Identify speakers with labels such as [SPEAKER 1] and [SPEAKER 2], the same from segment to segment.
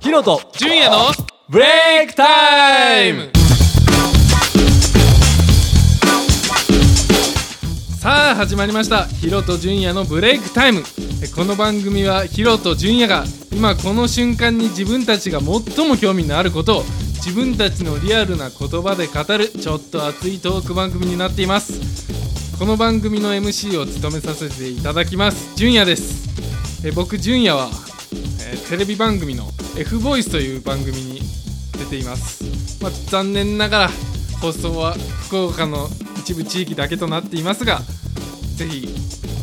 [SPEAKER 1] ヒロと
[SPEAKER 2] 純也の
[SPEAKER 1] ブレイクタイム
[SPEAKER 2] さあ始まりましたヒロと純也のブレイクタイムえこの番組はヒロと純也が今この瞬間に自分たちが最も興味のあることを自分たちのリアルな言葉で語るちょっと熱いトーク番組になっていますこの番組の MC を務めさせていただきます純也ですえ僕純也は、えーテレビ番組の F ボイスという番組に出ています、まあ、残念ながら放送は福岡の一部地域だけとなっていますがぜひ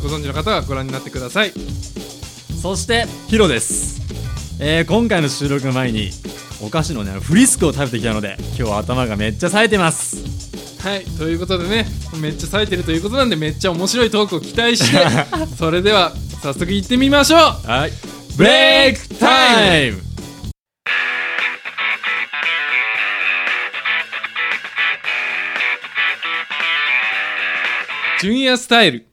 [SPEAKER 2] ご存知の方はご覧になってください
[SPEAKER 1] そしてヒロです、えー、今回の収録の前にお菓子のねあのフリスクを食べてきたので今日は頭がめっちゃ冴えてます
[SPEAKER 2] はいということでねめっちゃ冴えてるということなんでめっちゃ面白いトークを期待してそれでは早速行ってみましょう
[SPEAKER 1] はいブレイクタイム
[SPEAKER 2] ジュニアスタイル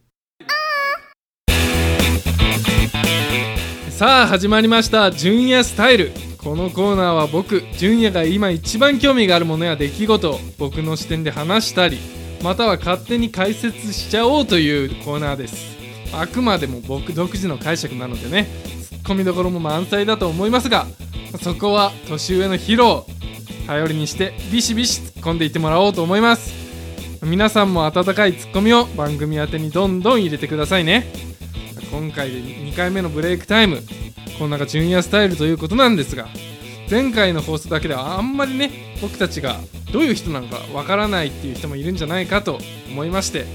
[SPEAKER 2] さあ始まりました「ジュニアスタイル」このコーナーは僕ジュニアが今一番興味があるものや出来事を僕の視点で話したりまたは勝手に解説しちゃおうというコーナーですあくまでも僕独自の解釈なのでねツッコミどころも満載だと思いますがそこは年上のヒロを頼りにしてビシビシ突っ込んでいってもらおうと思います皆さんも温かいツッコミを番組宛てにどんどん入れてくださいね今回で2回目のブレイクタイムこんながジュニアスタイルということなんですが前回の放送だけではあんまりね僕たちがどういう人なのかわからないっていう人もいるんじゃないかと思いまして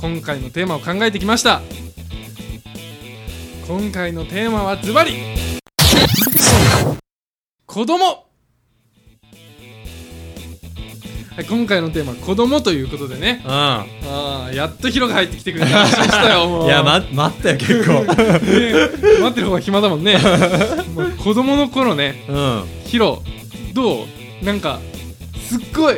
[SPEAKER 2] 今回のテーマを考えてきました今回のテーマはズバリ子供はい今回のテーマは子供ということでね
[SPEAKER 1] う
[SPEAKER 2] ああやっとヒロが入ってきてくれ た安心したよも
[SPEAKER 1] ん
[SPEAKER 2] う
[SPEAKER 1] いや、ま、待ったよ結構
[SPEAKER 2] ね 待ってる方が暇だもんねもう子供の頃ね
[SPEAKER 1] うん
[SPEAKER 2] ヒロどうなんかすっごい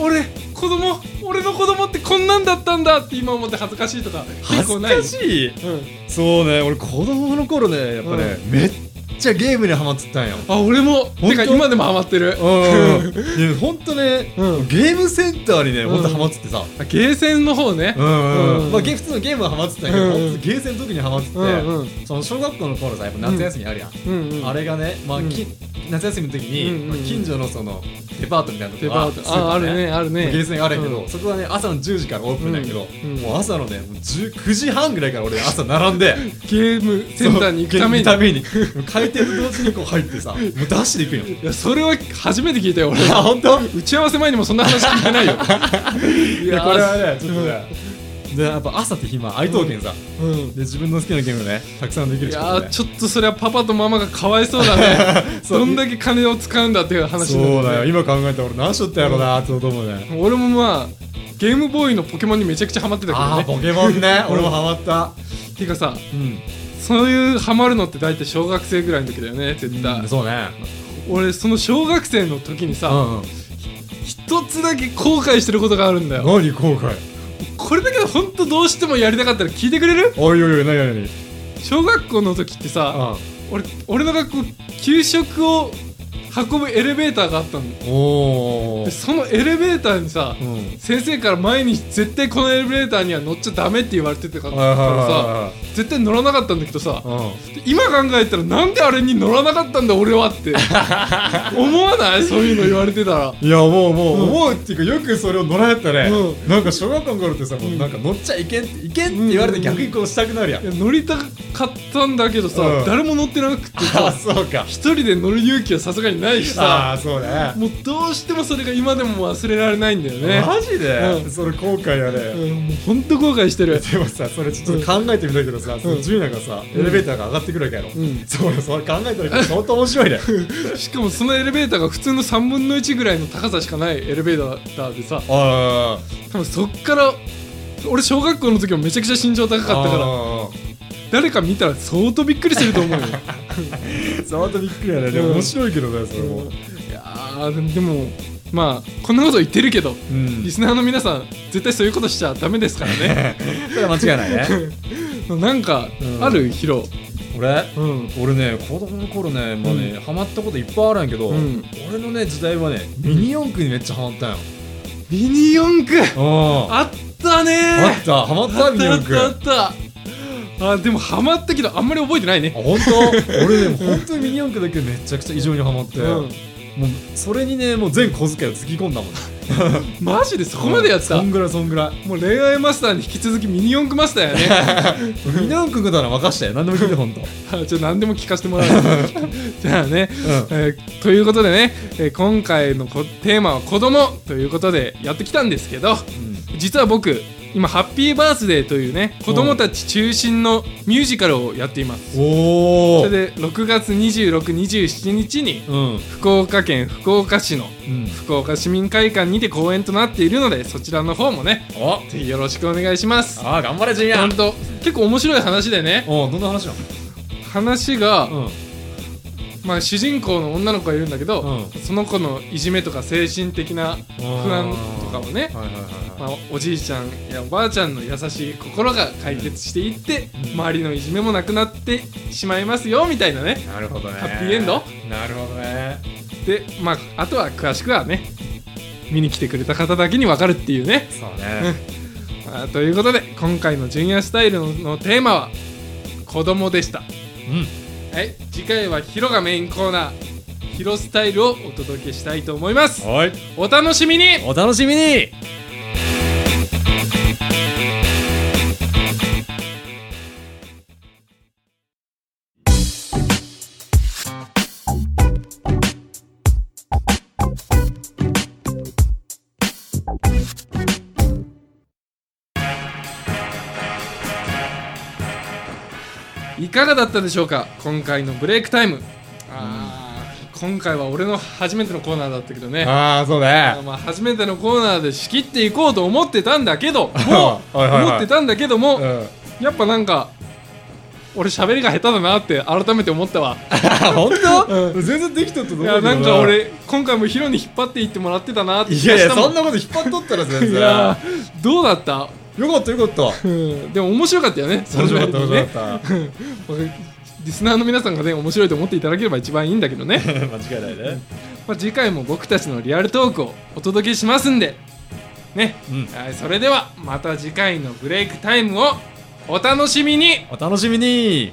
[SPEAKER 2] 俺子供俺の子供ってこんなんだったんだって今思って恥ずかしいとか
[SPEAKER 1] 恥
[SPEAKER 2] 結構
[SPEAKER 1] ず
[SPEAKER 2] ない
[SPEAKER 1] かしい
[SPEAKER 2] うん、
[SPEAKER 1] そうね俺子供の頃ねやっぱね、めっちゃゲームにハマってたんよ
[SPEAKER 2] あ俺も
[SPEAKER 1] 当
[SPEAKER 2] てか今でもハマってる
[SPEAKER 1] うん本当ね、
[SPEAKER 2] うん
[SPEAKER 1] ゲームセンターにね
[SPEAKER 2] うん
[SPEAKER 1] 本当ハマっててさ、
[SPEAKER 2] あゲーセンの方ね
[SPEAKER 1] うんうん
[SPEAKER 2] うん
[SPEAKER 1] まあ、ゲ普通のゲームはハマってたんやけど、
[SPEAKER 2] うん
[SPEAKER 1] 本当にゲーセンの時にハマってて、
[SPEAKER 2] うんうん
[SPEAKER 1] その小学校の頃さやっぱ夏休みあるやん、
[SPEAKER 2] うんうん
[SPEAKER 1] あれがね、まあ
[SPEAKER 2] うん
[SPEAKER 1] き夏休みの時に、
[SPEAKER 2] うんうんうん
[SPEAKER 1] まあ近所のそのデパートみたいなとこ
[SPEAKER 2] デパートああるねあるね
[SPEAKER 1] ゲーセンあるんやけど、
[SPEAKER 2] うん
[SPEAKER 1] そこはね朝の10時からオープンだけど、
[SPEAKER 2] うんうん
[SPEAKER 1] もう朝のねもう10 9時半ぐらいから俺朝並ん で
[SPEAKER 2] ゲームセンターに行くために
[SPEAKER 1] そうゲーム行くために開店と同時にこう入って さもうダッシュで行くんよ
[SPEAKER 2] いやそれは初めて聞いたよ俺
[SPEAKER 1] あ本当
[SPEAKER 2] 打ち合わせ前にもそんな話聞いてないよい
[SPEAKER 1] いや これはねちょっとね、でやっぱ朝って暇愛刀剣さ、
[SPEAKER 2] うん
[SPEAKER 1] で自分の好きなゲームねたくさんでき
[SPEAKER 2] い
[SPEAKER 1] るし
[SPEAKER 2] やーちょっとそれはパパとママがかわいそうだね
[SPEAKER 1] そう
[SPEAKER 2] どんだけ金を使うんだっていう話になる
[SPEAKER 1] そうだよ今考えたら俺何しとったやろうなって思うね、
[SPEAKER 2] 俺もまあゲームボーイのポケモンにめちゃくちゃハマってた
[SPEAKER 1] ああ
[SPEAKER 2] けど
[SPEAKER 1] ポ
[SPEAKER 2] ね
[SPEAKER 1] ケモンね俺もハマった
[SPEAKER 2] ていうかさ
[SPEAKER 1] うん
[SPEAKER 2] そういうハマるのって大体小学生ぐらいの時だよね絶対、
[SPEAKER 1] そうね
[SPEAKER 2] 俺その小学生の時に
[SPEAKER 1] う
[SPEAKER 2] さ
[SPEAKER 1] んうん
[SPEAKER 2] 一、つだけ後悔してることがあるんだよ
[SPEAKER 1] 何後悔
[SPEAKER 2] これだけど本当どうしてもやりたかったら聞いてくれる
[SPEAKER 1] おいおいおい何何何
[SPEAKER 2] 小学校の時ってさ、
[SPEAKER 1] あ
[SPEAKER 2] 俺俺の学校給食を運ぶエレベーターがあったの
[SPEAKER 1] お
[SPEAKER 2] で
[SPEAKER 1] ー
[SPEAKER 2] そのエレベーターにさ、
[SPEAKER 1] うん
[SPEAKER 2] 先生から毎日絶対このエレベーターには乗っちゃダメって言われてたから
[SPEAKER 1] はいはい
[SPEAKER 2] さ
[SPEAKER 1] は
[SPEAKER 2] 絶対乗らなかったんだけどさ
[SPEAKER 1] いはい
[SPEAKER 2] で今考えたらなんであれに乗らなかったんだ俺はって 思わないそういうの言われてたら
[SPEAKER 1] うんいやもうもう思うっていうかよくそれを乗られたね
[SPEAKER 2] う
[SPEAKER 1] なんか小学校の頃ってさも
[SPEAKER 2] う
[SPEAKER 1] うんなんか乗っちゃいけんっていけんって言われて逆にこうしたくなるやん
[SPEAKER 2] いや乗りたかったんだけどさ、
[SPEAKER 1] うん
[SPEAKER 2] 誰も乗ってなくて
[SPEAKER 1] あ
[SPEAKER 2] さ
[SPEAKER 1] そうか
[SPEAKER 2] 一人で乗る勇気はさすがにないし
[SPEAKER 1] あ
[SPEAKER 2] さ
[SPEAKER 1] あそうね
[SPEAKER 2] もうどうしてもそれが今でも忘れられないんだよね
[SPEAKER 1] マジで
[SPEAKER 2] うん
[SPEAKER 1] それ後悔やね
[SPEAKER 2] うん、もうほんと後悔してる
[SPEAKER 1] でもさそれちょっと考えてみたけどさ、そのジュニアがさ、エレベーターが上がってくるわけやろ、
[SPEAKER 2] ん
[SPEAKER 1] そうそれ考えたら相当面白いね
[SPEAKER 2] しかもそのエレベーターが普通の3分の1ぐらいの高さしかないエレベーターでさ
[SPEAKER 1] あー
[SPEAKER 2] 多分そっから俺小学校の時もめちゃくちゃ身長高かったから
[SPEAKER 1] あ
[SPEAKER 2] 誰か見たら相当びっくりすると思 うよ
[SPEAKER 1] ー相当びっくりやねでも面白いけどねそれも
[SPEAKER 2] いやーでもまあこんなこと言ってるけど、
[SPEAKER 1] うん
[SPEAKER 2] リスナーの皆さん絶対そういうこと しちゃダメですからね
[SPEAKER 1] それは間違いないね
[SPEAKER 2] なんか
[SPEAKER 1] うん
[SPEAKER 2] あるヒロ
[SPEAKER 1] 俺
[SPEAKER 2] うん
[SPEAKER 1] 俺ね子供の頃ねまあね、ハマったこといっぱいあるんやけど、
[SPEAKER 2] うん
[SPEAKER 1] 俺のね時代はねミニ四駆にめっちゃハマったんよ
[SPEAKER 2] ミニ四駆
[SPEAKER 1] あ
[SPEAKER 2] あったね
[SPEAKER 1] ああっ
[SPEAKER 2] ー
[SPEAKER 1] たハマったミニ
[SPEAKER 2] あ
[SPEAKER 1] 四
[SPEAKER 2] っ
[SPEAKER 1] 駆
[SPEAKER 2] たあ
[SPEAKER 1] あ
[SPEAKER 2] ったあでもハマったけどあんまり覚えてないね
[SPEAKER 1] 本当俺ね本当にミニ四駆だけめちゃくちゃ異常にハマって、
[SPEAKER 2] うん
[SPEAKER 1] もうそれにねもう全小遣いをつぎ込んだもん
[SPEAKER 2] マジでそこまでやってた
[SPEAKER 1] そんぐらいそんぐらい
[SPEAKER 2] もう恋愛マスターに引き続きミニ四駆マスターやね
[SPEAKER 1] ミニ四駆なら任したよ何でも聞いてほんと、う
[SPEAKER 2] あちょっと何でも聞かせ てもらうじゃあね、えーということでね、えー今回のこテーマは子供ということでやってきたんですけど
[SPEAKER 1] ん
[SPEAKER 2] 実は僕今ハッピーバースデーというね子供たち中心のミュージカルをやっています
[SPEAKER 1] おお
[SPEAKER 2] それで6月2627日に
[SPEAKER 1] うん
[SPEAKER 2] 福岡県福岡市の
[SPEAKER 1] うん
[SPEAKER 2] 福岡市民会館にて公演となっているのでそちらの方もね
[SPEAKER 1] あ
[SPEAKER 2] ぜひよろしくお願いします
[SPEAKER 1] あー頑張れジュニア
[SPEAKER 2] ほんと結構面白い話でね
[SPEAKER 1] おおどんな話な
[SPEAKER 2] 話が、
[SPEAKER 1] のうん
[SPEAKER 2] まあ、主人公の女の子がいるんだけど、
[SPEAKER 1] うん
[SPEAKER 2] その子のいじめとか精神的な不安とかを
[SPEAKER 1] は
[SPEAKER 2] ね
[SPEAKER 1] いはいはい
[SPEAKER 2] ま
[SPEAKER 1] は
[SPEAKER 2] あ、おじいちゃんやおばあちゃんの優しい心が解決していって、
[SPEAKER 1] うん
[SPEAKER 2] 周りのいじめもなくなってしまいますよみたいなね
[SPEAKER 1] いなるほどね
[SPEAKER 2] ハッピーエンド
[SPEAKER 1] なるほどね
[SPEAKER 2] で、まあ、あとは詳しくはね見に来てくれた方だけに分かるっていうね、
[SPEAKER 1] そうね
[SPEAKER 2] まあ、ということで今回の「ジュニアスタイルの」のテーマは「子供でした
[SPEAKER 1] うん
[SPEAKER 2] はい次回はヒロがメインコーナーヒロスタイルをお届けしたいと思います
[SPEAKER 1] はい
[SPEAKER 2] お楽しみに
[SPEAKER 1] お楽しみに
[SPEAKER 2] いかがだったでしょうか今回のブレイクタイムあー今回は俺の初めてのコーナーだったけどね
[SPEAKER 1] ああそう
[SPEAKER 2] あー
[SPEAKER 1] ね
[SPEAKER 2] まあ初めてのコーナーで仕切っていこうと思ってたん だけども
[SPEAKER 1] あーはいはいはい
[SPEAKER 2] 思ってたんだけども、
[SPEAKER 1] うん
[SPEAKER 2] やっぱなんか俺喋りが下手だなって改めて思ったわ
[SPEAKER 1] あ本
[SPEAKER 2] う
[SPEAKER 1] 当全然できとったと
[SPEAKER 2] い
[SPEAKER 1] 思うけ
[SPEAKER 2] や
[SPEAKER 1] ど
[SPEAKER 2] なんか俺今回もヒロに引っ張っていってもらってたなって
[SPEAKER 1] いやいや
[SPEAKER 2] 明日も
[SPEAKER 1] そんなこと引っ張っとったら全
[SPEAKER 2] い
[SPEAKER 1] 然
[SPEAKER 2] やどうだった
[SPEAKER 1] よかったよ かった
[SPEAKER 2] うんでも面白かったよね
[SPEAKER 1] 面白かった
[SPEAKER 2] それなりに
[SPEAKER 1] 面
[SPEAKER 2] ね
[SPEAKER 1] 白かっ
[SPEAKER 2] リスナーの皆さんがね面白いと思っていただければ一番いいんだけどね
[SPEAKER 1] た 間違いないね
[SPEAKER 2] まあ、次回も僕たちのリアルトークをお届けしますんでね、
[SPEAKER 1] うん
[SPEAKER 2] はいそれではまた次回のブレイクタイムをお楽しみに
[SPEAKER 1] お楽しみに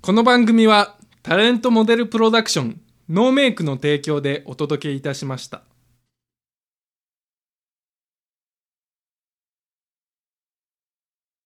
[SPEAKER 2] この番組はタレントモデルプロダクションノーメイクの提供でお届けいたしました